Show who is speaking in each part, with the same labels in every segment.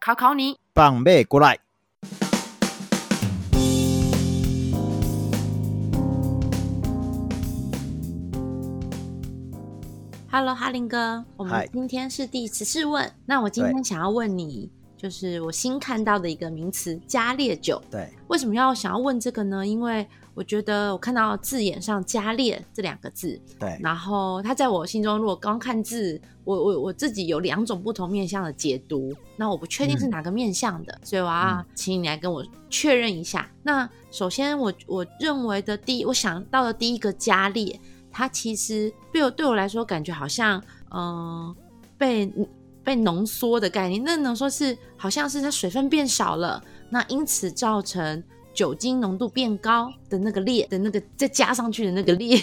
Speaker 1: 考考你。
Speaker 2: 棒妹过来，
Speaker 1: Hello，哈林哥，我
Speaker 2: 嗨
Speaker 1: 们今天是第十四问。那我今
Speaker 2: 对
Speaker 1: 天想要问你，就是我新看到的一个名词“加烈酒”。
Speaker 2: 对，
Speaker 1: 为什么要想要问这个呢？因为我觉得我看到字眼上“加烈”这两个字，
Speaker 2: 对，
Speaker 1: 然后它在我心中，如果光看字，我我我自己有两种不同面向的解读，那我不确定是
Speaker 2: 嗯
Speaker 1: 哪个面向的，所以我要
Speaker 2: 嗯
Speaker 1: 请你来跟我确认一下。那首先我，我认为的第一，我想到的第一个加烈，它其实对我对我来说，感觉好像嗯、呃被被浓缩的概念，那浓缩是好像是它水分变少了，那因此造成酒精浓度变高的那个烈的那个再加上去的那个烈。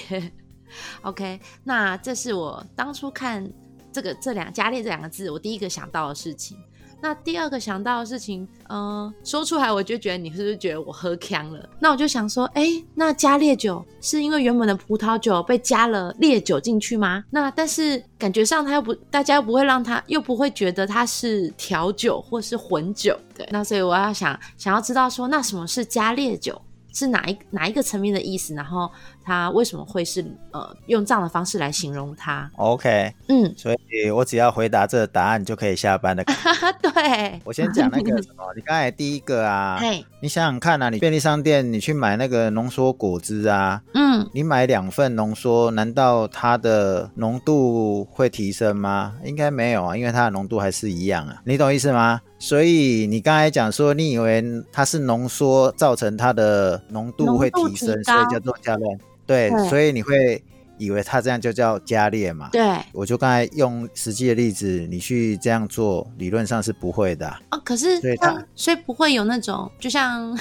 Speaker 1: OK，那这是我当初看这个这两“加烈”这两个字，我第一个想到的事情。那第二个想到的事情，嗯、说出来我就觉得你是不是觉得我喝呛了？那我就想说，哎、那加烈酒是因为原本的葡萄酒被加了烈酒进去吗？那但是感觉上它又不，大家又不会让它，又不会觉得它是调酒或是混酒，对。那所以我要想想要知道说，那什么是加烈酒？是哪一哪一个层面的意思？然后它为什么会是呃用这样的方式来形容它？
Speaker 2: OK，
Speaker 1: 嗯，
Speaker 2: 所以我只要回答这个答案就可以下 班了。
Speaker 1: 哈哈， 对，
Speaker 2: 我先讲那个什么，你刚才第一个啊，
Speaker 1: 嘿，
Speaker 2: 你想想看啊，你便利商店你去买那个浓缩果汁啊，
Speaker 1: 嗯，
Speaker 2: 你买两份浓缩，难道它的浓度会提升吗？应该没有啊，因为它的浓度还是一样啊，你懂意思吗？所以你刚才讲说，你以为它是浓缩造成它的浓度会提升，
Speaker 1: 浓度提
Speaker 2: 所
Speaker 1: 高
Speaker 2: 以叫做加热，对，
Speaker 1: 对
Speaker 2: 所以你会以为它这样就叫加烈嘛？
Speaker 1: 对。
Speaker 2: 我就刚才用实际的例子，你去这样做，理论上是不会的啊、
Speaker 1: 哦，可是
Speaker 2: 所以
Speaker 1: 它
Speaker 2: 它
Speaker 1: 所以不会有那种，就像、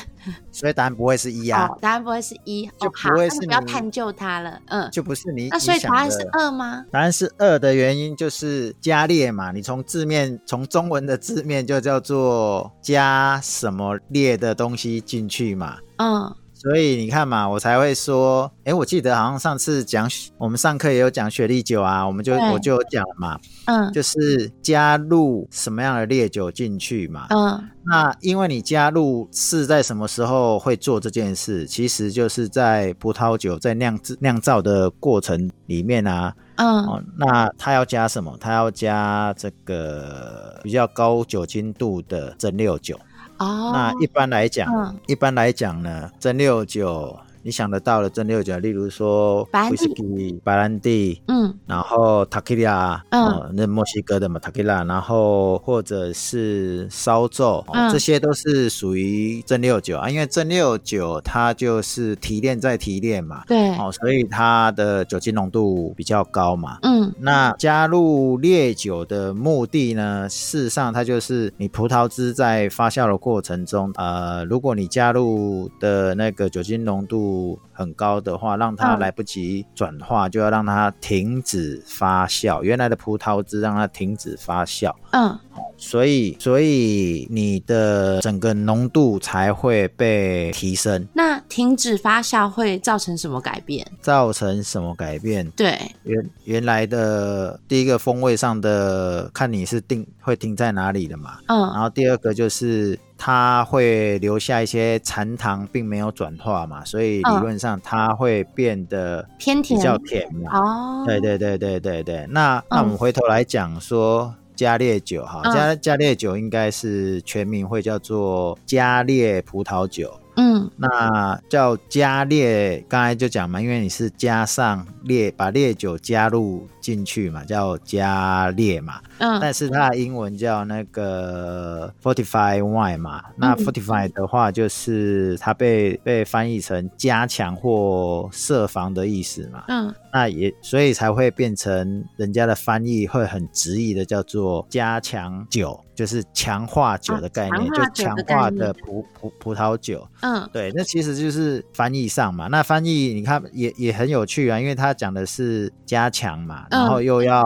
Speaker 2: 所以答案不会是一啊，
Speaker 1: 哦，答案不会是一
Speaker 2: 就
Speaker 1: 哦，好，
Speaker 2: 不会
Speaker 1: 那
Speaker 2: 是
Speaker 1: 你不要
Speaker 2: 你
Speaker 1: 探究它了，嗯，
Speaker 2: 就不是你
Speaker 1: 那所以
Speaker 2: 你想
Speaker 1: 答案是
Speaker 2: 的
Speaker 1: 二吗？
Speaker 2: 答案是二的原因就是加烈嘛，你从字面从中文的字面就叫做加什么烈的东西进去嘛，
Speaker 1: 嗯，
Speaker 2: 所以你看嘛，我才会说，诶，我记得好像上次讲我们上课也有讲雪莉酒啊，我们就
Speaker 1: 对
Speaker 2: 我就有讲了嘛，
Speaker 1: 嗯
Speaker 2: 就是加入什么样的烈酒进去嘛，
Speaker 1: 嗯
Speaker 2: 那因为你加入是在什么时候会做这件事？其实就是在葡萄酒在酿制酿造的过程里面啊，
Speaker 1: 嗯
Speaker 2: 哦，那它要加什么？它要加这个比较高酒精度的蒸馏酒。那
Speaker 1: 哦，
Speaker 2: 一般来讲，
Speaker 1: 嗯
Speaker 2: 一般来讲呢，蒸馏酒你想得到的蒸馏酒，例如说
Speaker 1: 白兰
Speaker 2: 威士
Speaker 1: 地
Speaker 2: 忌、白兰地，
Speaker 1: 嗯
Speaker 2: 然后塔 q 拉，
Speaker 1: 嗯
Speaker 2: 呃，那墨西哥的嘛塔 q 拉，然后或者是烧酒、哦
Speaker 1: 嗯
Speaker 2: 这些都是属于蒸馏酒啊，因为蒸馏酒它就是提炼再提炼嘛，
Speaker 1: 对，
Speaker 2: 哦，所以它的酒精浓度比较高嘛。
Speaker 1: 嗯
Speaker 2: 那加入烈酒的目的呢？事实上，它就是你葡萄汁在发酵的过程中，呃，如果你加入的那个酒精浓度很高的话，让它
Speaker 1: 嗯
Speaker 2: 来不及转化，就要让它停止发酵。原来的葡萄汁让它停止发酵，
Speaker 1: 嗯
Speaker 2: 所以，所以你的整个浓度才会被提升，
Speaker 1: 那停止发酵会造成什么改变？
Speaker 2: 造成什么改变？
Speaker 1: 对，
Speaker 2: 原原来的第一个风味上的，看你是定会定在哪里的嘛。然
Speaker 1: 嗯
Speaker 2: 后第二个就是它会留下一些残糖，并没有转化嘛，所以理
Speaker 1: 嗯
Speaker 2: 论上它会变得
Speaker 1: 偏
Speaker 2: 比
Speaker 1: 甜
Speaker 2: 较甜嘛。
Speaker 1: 哦，
Speaker 2: 对对对对对对。那那我们回头来讲说加烈酒哈，
Speaker 1: 嗯
Speaker 2: 加加烈酒应该是全名会叫做加烈葡萄酒。
Speaker 1: 嗯
Speaker 2: 那叫加烈，刚才就讲嘛，因为你是加上烈，把烈酒加入进去嘛，叫加烈嘛，
Speaker 1: 嗯
Speaker 2: 但是它的英文叫那个 fortify wine 嘛，
Speaker 1: 嗯
Speaker 2: 那 fortify 的话就是它被被翻译成加强或设防的意思嘛，
Speaker 1: 嗯
Speaker 2: 那也所以才会变成人家的翻译会很直译的叫做加强酒，就是强化酒的概念，
Speaker 1: 啊
Speaker 2: 就强
Speaker 1: 强化酒的
Speaker 2: 化
Speaker 1: 概念
Speaker 2: 的葡葡葡萄酒。
Speaker 1: 嗯
Speaker 2: 对，那其实就是翻译上嘛。那翻译你看也也很有趣啊，因为它讲的是加强嘛，
Speaker 1: 嗯
Speaker 2: 然后又要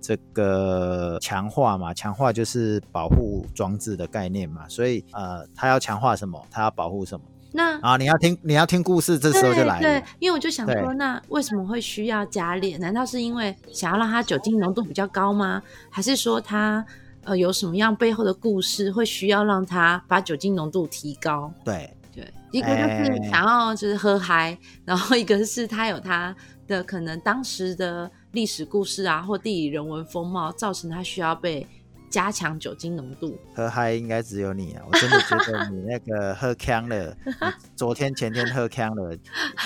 Speaker 2: 这个强化嘛，强化就是保护装置的概念嘛，所以呃，它要强化什么，它要保护什么
Speaker 1: 那
Speaker 2: 啊？你要听你要听故事，这时候就来
Speaker 1: 对
Speaker 2: 了
Speaker 1: 对。，因为我就想说，
Speaker 2: 对
Speaker 1: 那为什么会需要加烈？难道是因为想要让它酒精浓度比较高吗？还是说它呃有什么样背后的故事会需要让它把酒精浓度提高？
Speaker 2: 对，
Speaker 1: 对，一个
Speaker 2: 哎
Speaker 1: 就是想要就是喝嗨、然后一个是它有它的可能当时的历史故事啊，或地理人文风貌，造成它需要被加强酒精浓度。
Speaker 2: 喝嗨应该只有你啊！我真的觉得你那个喝呛了，你昨天前天喝呛了，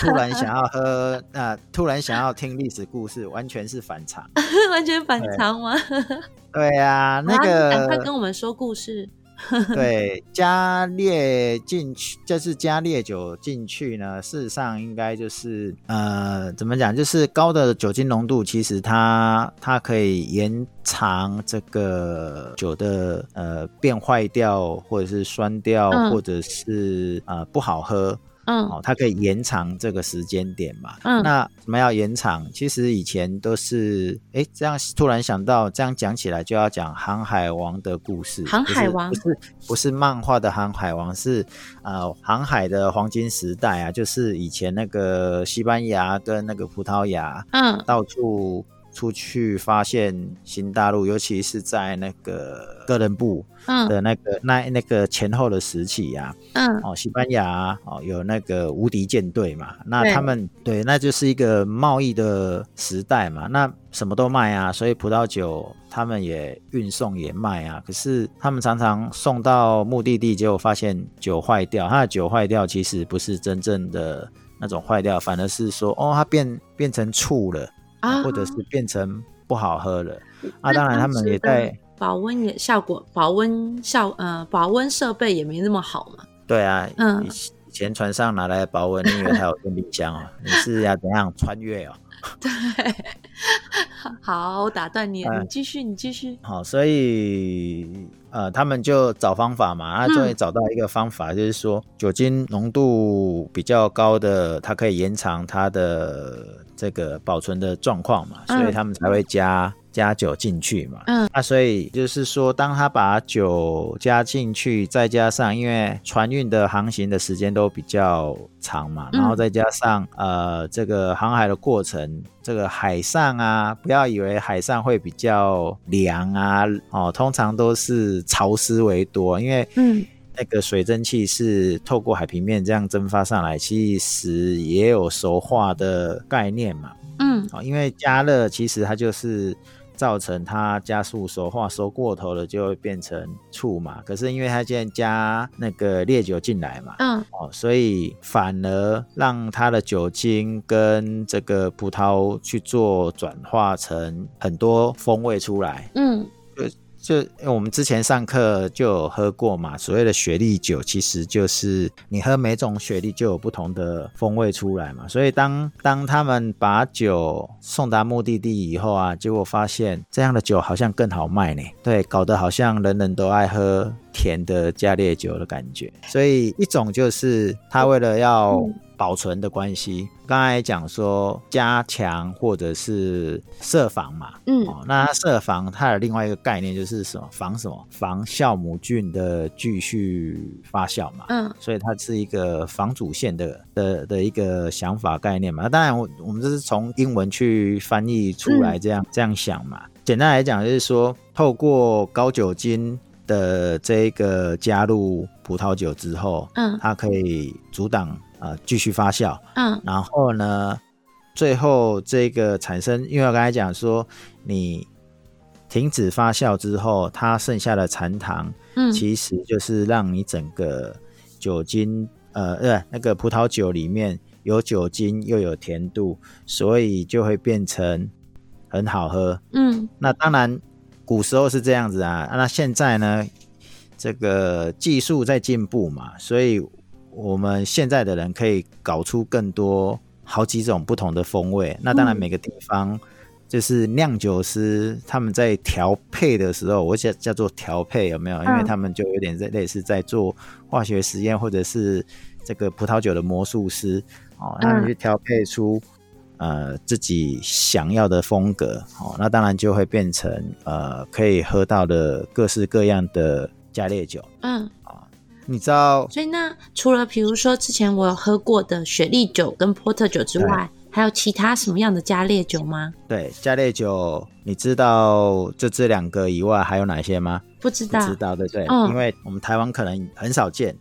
Speaker 2: 突然想要喝啊、突然想要听历史故事，完全是反常。
Speaker 1: 完全反常吗？
Speaker 2: 对啊，那
Speaker 1: 好啊赶快跟
Speaker 2: 个
Speaker 1: 我们说故事。
Speaker 2: 对加烈进去，就是加烈酒进去呢，事实上应该就是呃，怎么讲？就是高的酒精浓度，其实它它可以延长这个酒的呃变坏掉，或者是酸掉，
Speaker 1: 嗯
Speaker 2: 或者是呃不好喝。
Speaker 1: 嗯
Speaker 2: 哦，它可以延长这个时间点嘛。
Speaker 1: 嗯
Speaker 2: 那什么要延长？其实以前都是，哎，这样突然想到，这样讲起来就要讲《航海王》的故事。
Speaker 1: 航海王
Speaker 2: 不是不是不是漫画的《航海王》，是呃航海的黄金时代啊，就是以前那个西班牙跟那个葡萄牙
Speaker 1: 嗯
Speaker 2: 到处。出去发现新大陆，尤其是在那个哥伦布
Speaker 1: 嗯
Speaker 2: 的那个那那个前后的时期呀、
Speaker 1: 嗯
Speaker 2: 哦，西班牙哦有那个无敌舰队嘛，那
Speaker 1: 对
Speaker 2: 他们对，那就是一个贸易的时代嘛，那什么都卖啊，所以葡萄酒他们也运送也卖啊，可是他们常常送到目的地，结果发现酒坏掉，它的酒坏掉其实不是真正的那种坏掉，反而是说哦它变变成醋了，
Speaker 1: 啊
Speaker 2: 或者是变成不好喝了，啊，
Speaker 1: 那
Speaker 2: 当然他
Speaker 1: 当
Speaker 2: 们
Speaker 1: 时
Speaker 2: 也
Speaker 1: 的
Speaker 2: 在。
Speaker 1: 保温也效果，保温效呃保温设备也没那么好嘛。
Speaker 2: 对啊，
Speaker 1: 嗯
Speaker 2: 以以前船上拿来保温，你以为它有电冰箱 哦？你是要怎样穿越哦？
Speaker 1: 好，我打断你了，
Speaker 2: 嗯
Speaker 1: 你继续，你继续。
Speaker 2: 好、哦所以呃，他们就找方法嘛，啊，
Speaker 1: 嗯
Speaker 2: 终于找到一个方法，就是说酒精浓度比较高的，它可以延长它的这个保存的状况嘛，
Speaker 1: 嗯
Speaker 2: 所以他们才会加加酒进去嘛。
Speaker 1: 嗯，
Speaker 2: 那所以就是说，当他把酒加进去，再加上因为船运的航行的时间都比较长嘛，
Speaker 1: 嗯
Speaker 2: 然后再加上呃这个航海的过程，这个海上啊，不要以为海上会比较凉啊，哦，通常都是潮湿为多，因为
Speaker 1: 嗯
Speaker 2: 那个水蒸气是透过海平面这样蒸发上来，其实也有熟化的概念嘛。
Speaker 1: 嗯
Speaker 2: 啊，因为加热其实它就是造成它加速熟化，熟过头了就会变成醋嘛。可是因为它现在加那个烈酒进来嘛，
Speaker 1: 嗯
Speaker 2: 哦，所以反而让它的酒精跟这个葡萄去做转化成很多风味出来。
Speaker 1: 嗯
Speaker 2: 就因为我们之前上课就有喝过嘛，所谓的雪莉酒其实就是你喝每种雪莉就有不同的风味出来嘛。所以当当他们把酒送达目的地以后啊，结果发现这样的酒好像更好卖呢，对，搞得好像人人都爱喝甜的加烈酒的感觉。所以一种就是他为了要
Speaker 1: 嗯
Speaker 2: 保存的关系，刚才讲说加强或者是设防嘛，
Speaker 1: 嗯
Speaker 2: 哦，那它设防它的另外一个概念就是什么？防什么？防酵母菌的继续发酵嘛。
Speaker 1: 嗯
Speaker 2: 所以它是一个防主线的的的一个想法概念嘛。那当然我，我们这是从英文去翻译出来，
Speaker 1: 嗯
Speaker 2: 这样、这样想嘛。简单来讲，就是说透过高酒精的这个加入葡萄酒之后，
Speaker 1: 嗯
Speaker 2: 它可以阻挡呃继续发酵。
Speaker 1: 嗯
Speaker 2: 然后呢，最后这个产生，因为我刚才讲说，你停止发酵之后，它剩下的残糖
Speaker 1: 嗯
Speaker 2: 其实就是让你整个酒精，呃，呃，那个葡萄酒里面有酒精又有甜度，所以就会变成很好喝。
Speaker 1: 嗯
Speaker 2: 那当然，古时候是这样子啊，啊那现在呢，这个技术在进步嘛，所以我们现在的人可以搞出更多好几种不同的风味。那当然，
Speaker 1: 嗯
Speaker 2: 每个地方就是酿酒师他们在调配的时候，我叫叫做调配有没有？因为
Speaker 1: 嗯
Speaker 2: 他们就有点类类似在做化学实验，或者是这个葡萄酒的魔术师哦，他们去调配出。呃自己想要的风格，哦，那当然就会变成呃可以喝到的各式各样的加烈酒。
Speaker 1: 嗯，
Speaker 2: 你知道，
Speaker 1: 所以那除了比如说之前我有喝过的雪莉酒跟波特酒之
Speaker 2: 哎
Speaker 1: 外，还有其他什么样的加烈酒吗？
Speaker 2: 对加烈酒，你知道就这两个以外还有哪些吗？
Speaker 1: 不知
Speaker 2: 不
Speaker 1: 道，
Speaker 2: 知道，对不对？
Speaker 1: 嗯
Speaker 2: 因为我们台湾可能很少见。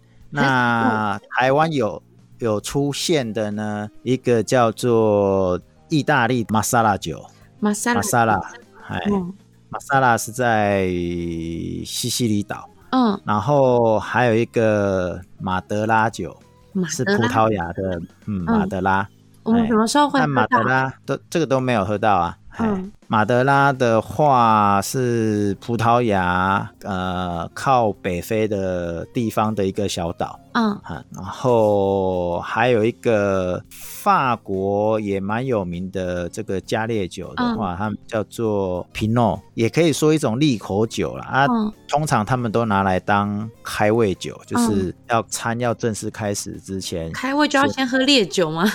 Speaker 2: 那台湾有有出现的呢，一个叫做意大利马萨拉酒，
Speaker 1: 马萨拉
Speaker 2: 马，萨拉，哎，
Speaker 1: 嗯
Speaker 2: 马萨拉是在西西里岛。
Speaker 1: 嗯，
Speaker 2: 然后还有一个马德拉酒，
Speaker 1: 马
Speaker 2: 是
Speaker 1: 德
Speaker 2: 葡
Speaker 1: 拉
Speaker 2: 萄牙的，嗯，马德拉。
Speaker 1: 我们什么时候会
Speaker 2: 但
Speaker 1: 喝
Speaker 2: 马德
Speaker 1: 到？
Speaker 2: 拉都这个都没有喝到啊。嘿
Speaker 1: 嗯
Speaker 2: 马德拉的话是葡萄牙呃靠北非的地方的一个小岛
Speaker 1: 嗯
Speaker 2: 啊，然后还有一个法国也蛮有名的这个加烈酒的
Speaker 1: 嗯
Speaker 2: 话，他们叫做皮诺，也可以说一种利口酒啦。啊，
Speaker 1: 嗯
Speaker 2: 通常他们都拿来当开胃酒，
Speaker 1: 嗯
Speaker 2: 就是要餐要正式开始之前，
Speaker 1: 开胃就要
Speaker 2: 是
Speaker 1: 先喝烈酒吗？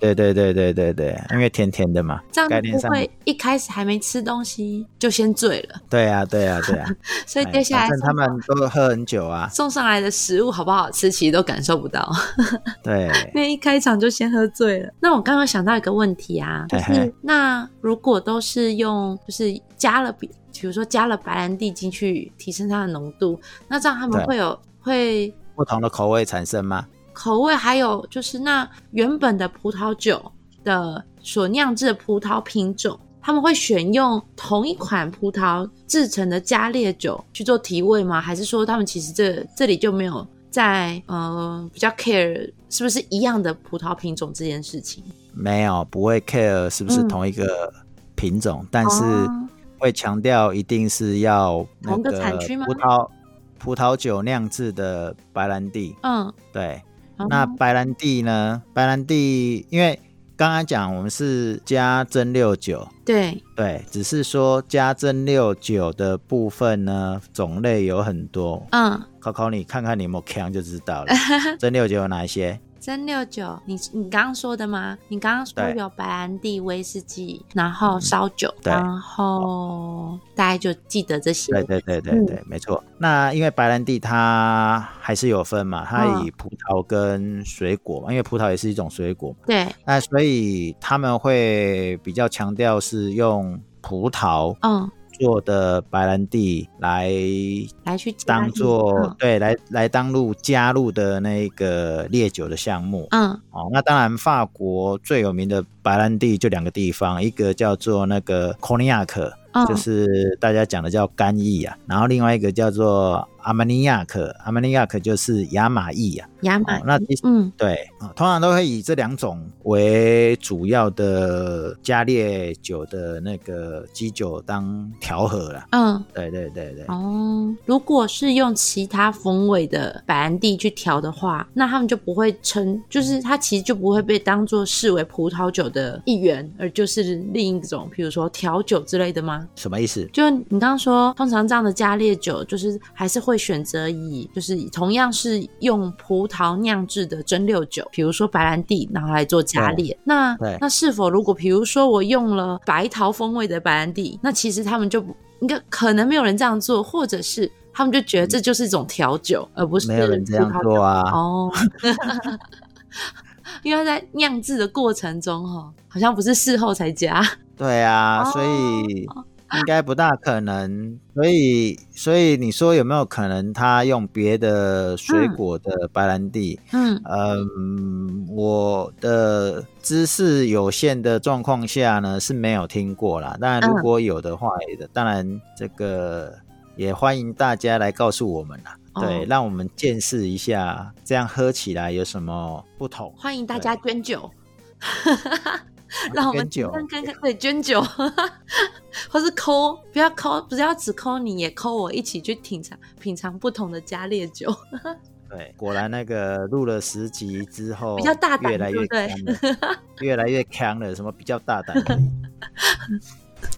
Speaker 2: 对对对对对对对，因为甜甜的 嘛，
Speaker 1: 这样
Speaker 2: 概
Speaker 1: 不
Speaker 2: 念上，
Speaker 1: 会一开始还没吃东西就先醉 了，
Speaker 2: 对啊对啊对啊，
Speaker 1: 所以
Speaker 2: 哎
Speaker 1: 接下来
Speaker 2: 反正他
Speaker 1: 送
Speaker 2: 们都喝很久啊，
Speaker 1: 送上来的食物好不好吃，其实都感受不 到，
Speaker 2: 对，
Speaker 1: 因为一开场就先喝醉了。那我刚刚想到一个问题啊，就
Speaker 2: 嘿嘿
Speaker 1: 是那如果都是用，就是加了比，比如说加了白兰地进去提升它的浓度，那这样他们
Speaker 2: 对
Speaker 1: 会有会
Speaker 2: 不同的口味产生吗？
Speaker 1: 口味，还有就是那原本的葡萄酒的所酿制的葡萄品种，他们会选用同一款葡萄制成的加烈酒去做提味吗？还是说他们其实这这里就没有在呃比较 care 是不是一样的葡萄品种这件事情？
Speaker 2: 没有，不会 care 是不是
Speaker 1: 嗯
Speaker 2: 同一个品种，但是
Speaker 1: 哦
Speaker 2: 会强调一定是要那
Speaker 1: 同个
Speaker 2: 个
Speaker 1: 产区吗
Speaker 2: 葡萄葡萄酒酿制的白兰地，
Speaker 1: 嗯，
Speaker 2: 对，
Speaker 1: 哦
Speaker 2: 那白兰地呢？白兰地，因为刚刚讲我们是加蒸馏酒，
Speaker 1: 对，
Speaker 2: 对，只是说加蒸馏酒的部分呢，种类有很多。
Speaker 1: 嗯，
Speaker 2: 考考你，看看你有没有强就知 道了。蒸馏酒有哪一些？
Speaker 1: 蒸馏酒，你你刚刚说的吗？你刚刚说
Speaker 2: 对嗯
Speaker 1: 有白兰地、威士忌，然后烧酒，
Speaker 2: 对哦
Speaker 1: 然后大概就记得这些。
Speaker 2: 对对对对
Speaker 1: 嗯
Speaker 2: 对，没错。那因为白兰地它还是有分嘛，它
Speaker 1: 嗯
Speaker 2: 以葡萄跟水果嘛，因为葡萄也是一种水果嘛，
Speaker 1: 对
Speaker 2: 那所以他们会比较强调是用葡萄
Speaker 1: 嗯，
Speaker 2: 做的白兰地来
Speaker 1: 来去加
Speaker 2: 当
Speaker 1: 入嗯
Speaker 2: 做对来来当入加入的那个烈酒的项目
Speaker 1: 嗯嗯
Speaker 2: 哦。那当然，法国最有名的白兰地就两个地方，一个叫做那个 cognac，
Speaker 1: 嗯，
Speaker 2: 就是大家讲的叫干邑啊，然后另外一个叫做 armagnac，armagnac 就是亚马邑啊。
Speaker 1: 亚
Speaker 2: 哦
Speaker 1: 马，
Speaker 2: 那其实
Speaker 1: 嗯
Speaker 2: 对、哦通常都会以这两种为主要的加烈酒的那个基酒当调和啦。
Speaker 1: 嗯
Speaker 2: 对对对对。
Speaker 1: 哦，如果是用其他风味的白兰地去调的话，那他们就不会称，就是它其实就不会被当做视为葡萄酒的一员，而就是另一种，比如说调酒之类的吗？
Speaker 2: 什么意思？
Speaker 1: 就你刚刚说，通常这样的加烈酒，就是还是会选择以就是同样是用葡萄酿制的蒸馏酒，比如说白兰地，然后来做加烈。那
Speaker 2: 对
Speaker 1: 那是否如果比如说我用了白桃风味的白兰地，那其实他们就不应该可能没有人这样做，或者是他们就觉得这就是一种调酒，而不是
Speaker 2: 没有人这样
Speaker 1: 葡萄酒
Speaker 2: 做啊。
Speaker 1: 哦。 因为它在酿制的过程中，哈，好像不是事后才加，
Speaker 2: 对啊，
Speaker 1: 哦
Speaker 2: 所以应该不大可能。所以，所以你说有没有可能他用别的水果的白兰地？
Speaker 1: 嗯
Speaker 2: 嗯，我的知识有限的状况下呢，是没有听过啦。当然，如
Speaker 1: 嗯
Speaker 2: 果有的话，也当然这个也欢迎大家来告诉我们啦。
Speaker 1: 哦
Speaker 2: 对，让我们见识一 下，这样喝起来有什么不同。啊
Speaker 1: 欢迎大家捐酒。让我们
Speaker 2: 酒
Speaker 1: 看看看，对，捐酒， 或是抠，不要抠，不要只抠你，也抠我，一起去品尝品尝不同的加烈酒，
Speaker 2: 对，果然那个录了十集之后，
Speaker 1: 比较大胆
Speaker 2: 越来越
Speaker 1: 对
Speaker 2: 强了，越来越强了。什么比较大胆而已？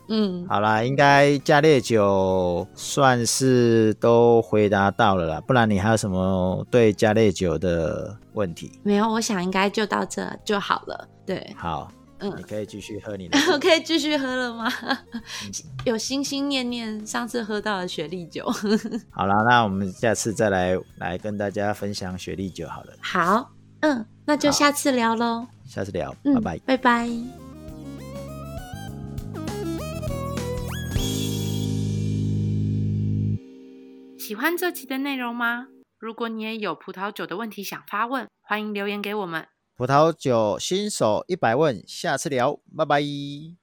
Speaker 1: 嗯，
Speaker 2: 好啦，应该加烈酒算是都回答到了啦，不然你还有什么对加烈酒的问题？
Speaker 1: 没有，我想应该就到这就好了，对。
Speaker 2: 好，
Speaker 1: 嗯。
Speaker 2: 你可以继续喝你的
Speaker 1: 我可以继续喝了吗？
Speaker 2: 嗯
Speaker 1: 有心心念念上次喝到的雪莉酒。
Speaker 2: 好啦，那我们下次再来来跟大家分享雪莉酒好了，
Speaker 1: 好，嗯，那就
Speaker 2: 好
Speaker 1: 下次聊喽。
Speaker 2: 下次聊，
Speaker 1: 嗯，
Speaker 2: 拜拜。
Speaker 1: 拜拜。喜欢这期的内容吗？如果你也有葡萄酒的问题想发问，欢迎留言给我们。
Speaker 2: 葡萄酒新手一百问，下次聊，拜拜。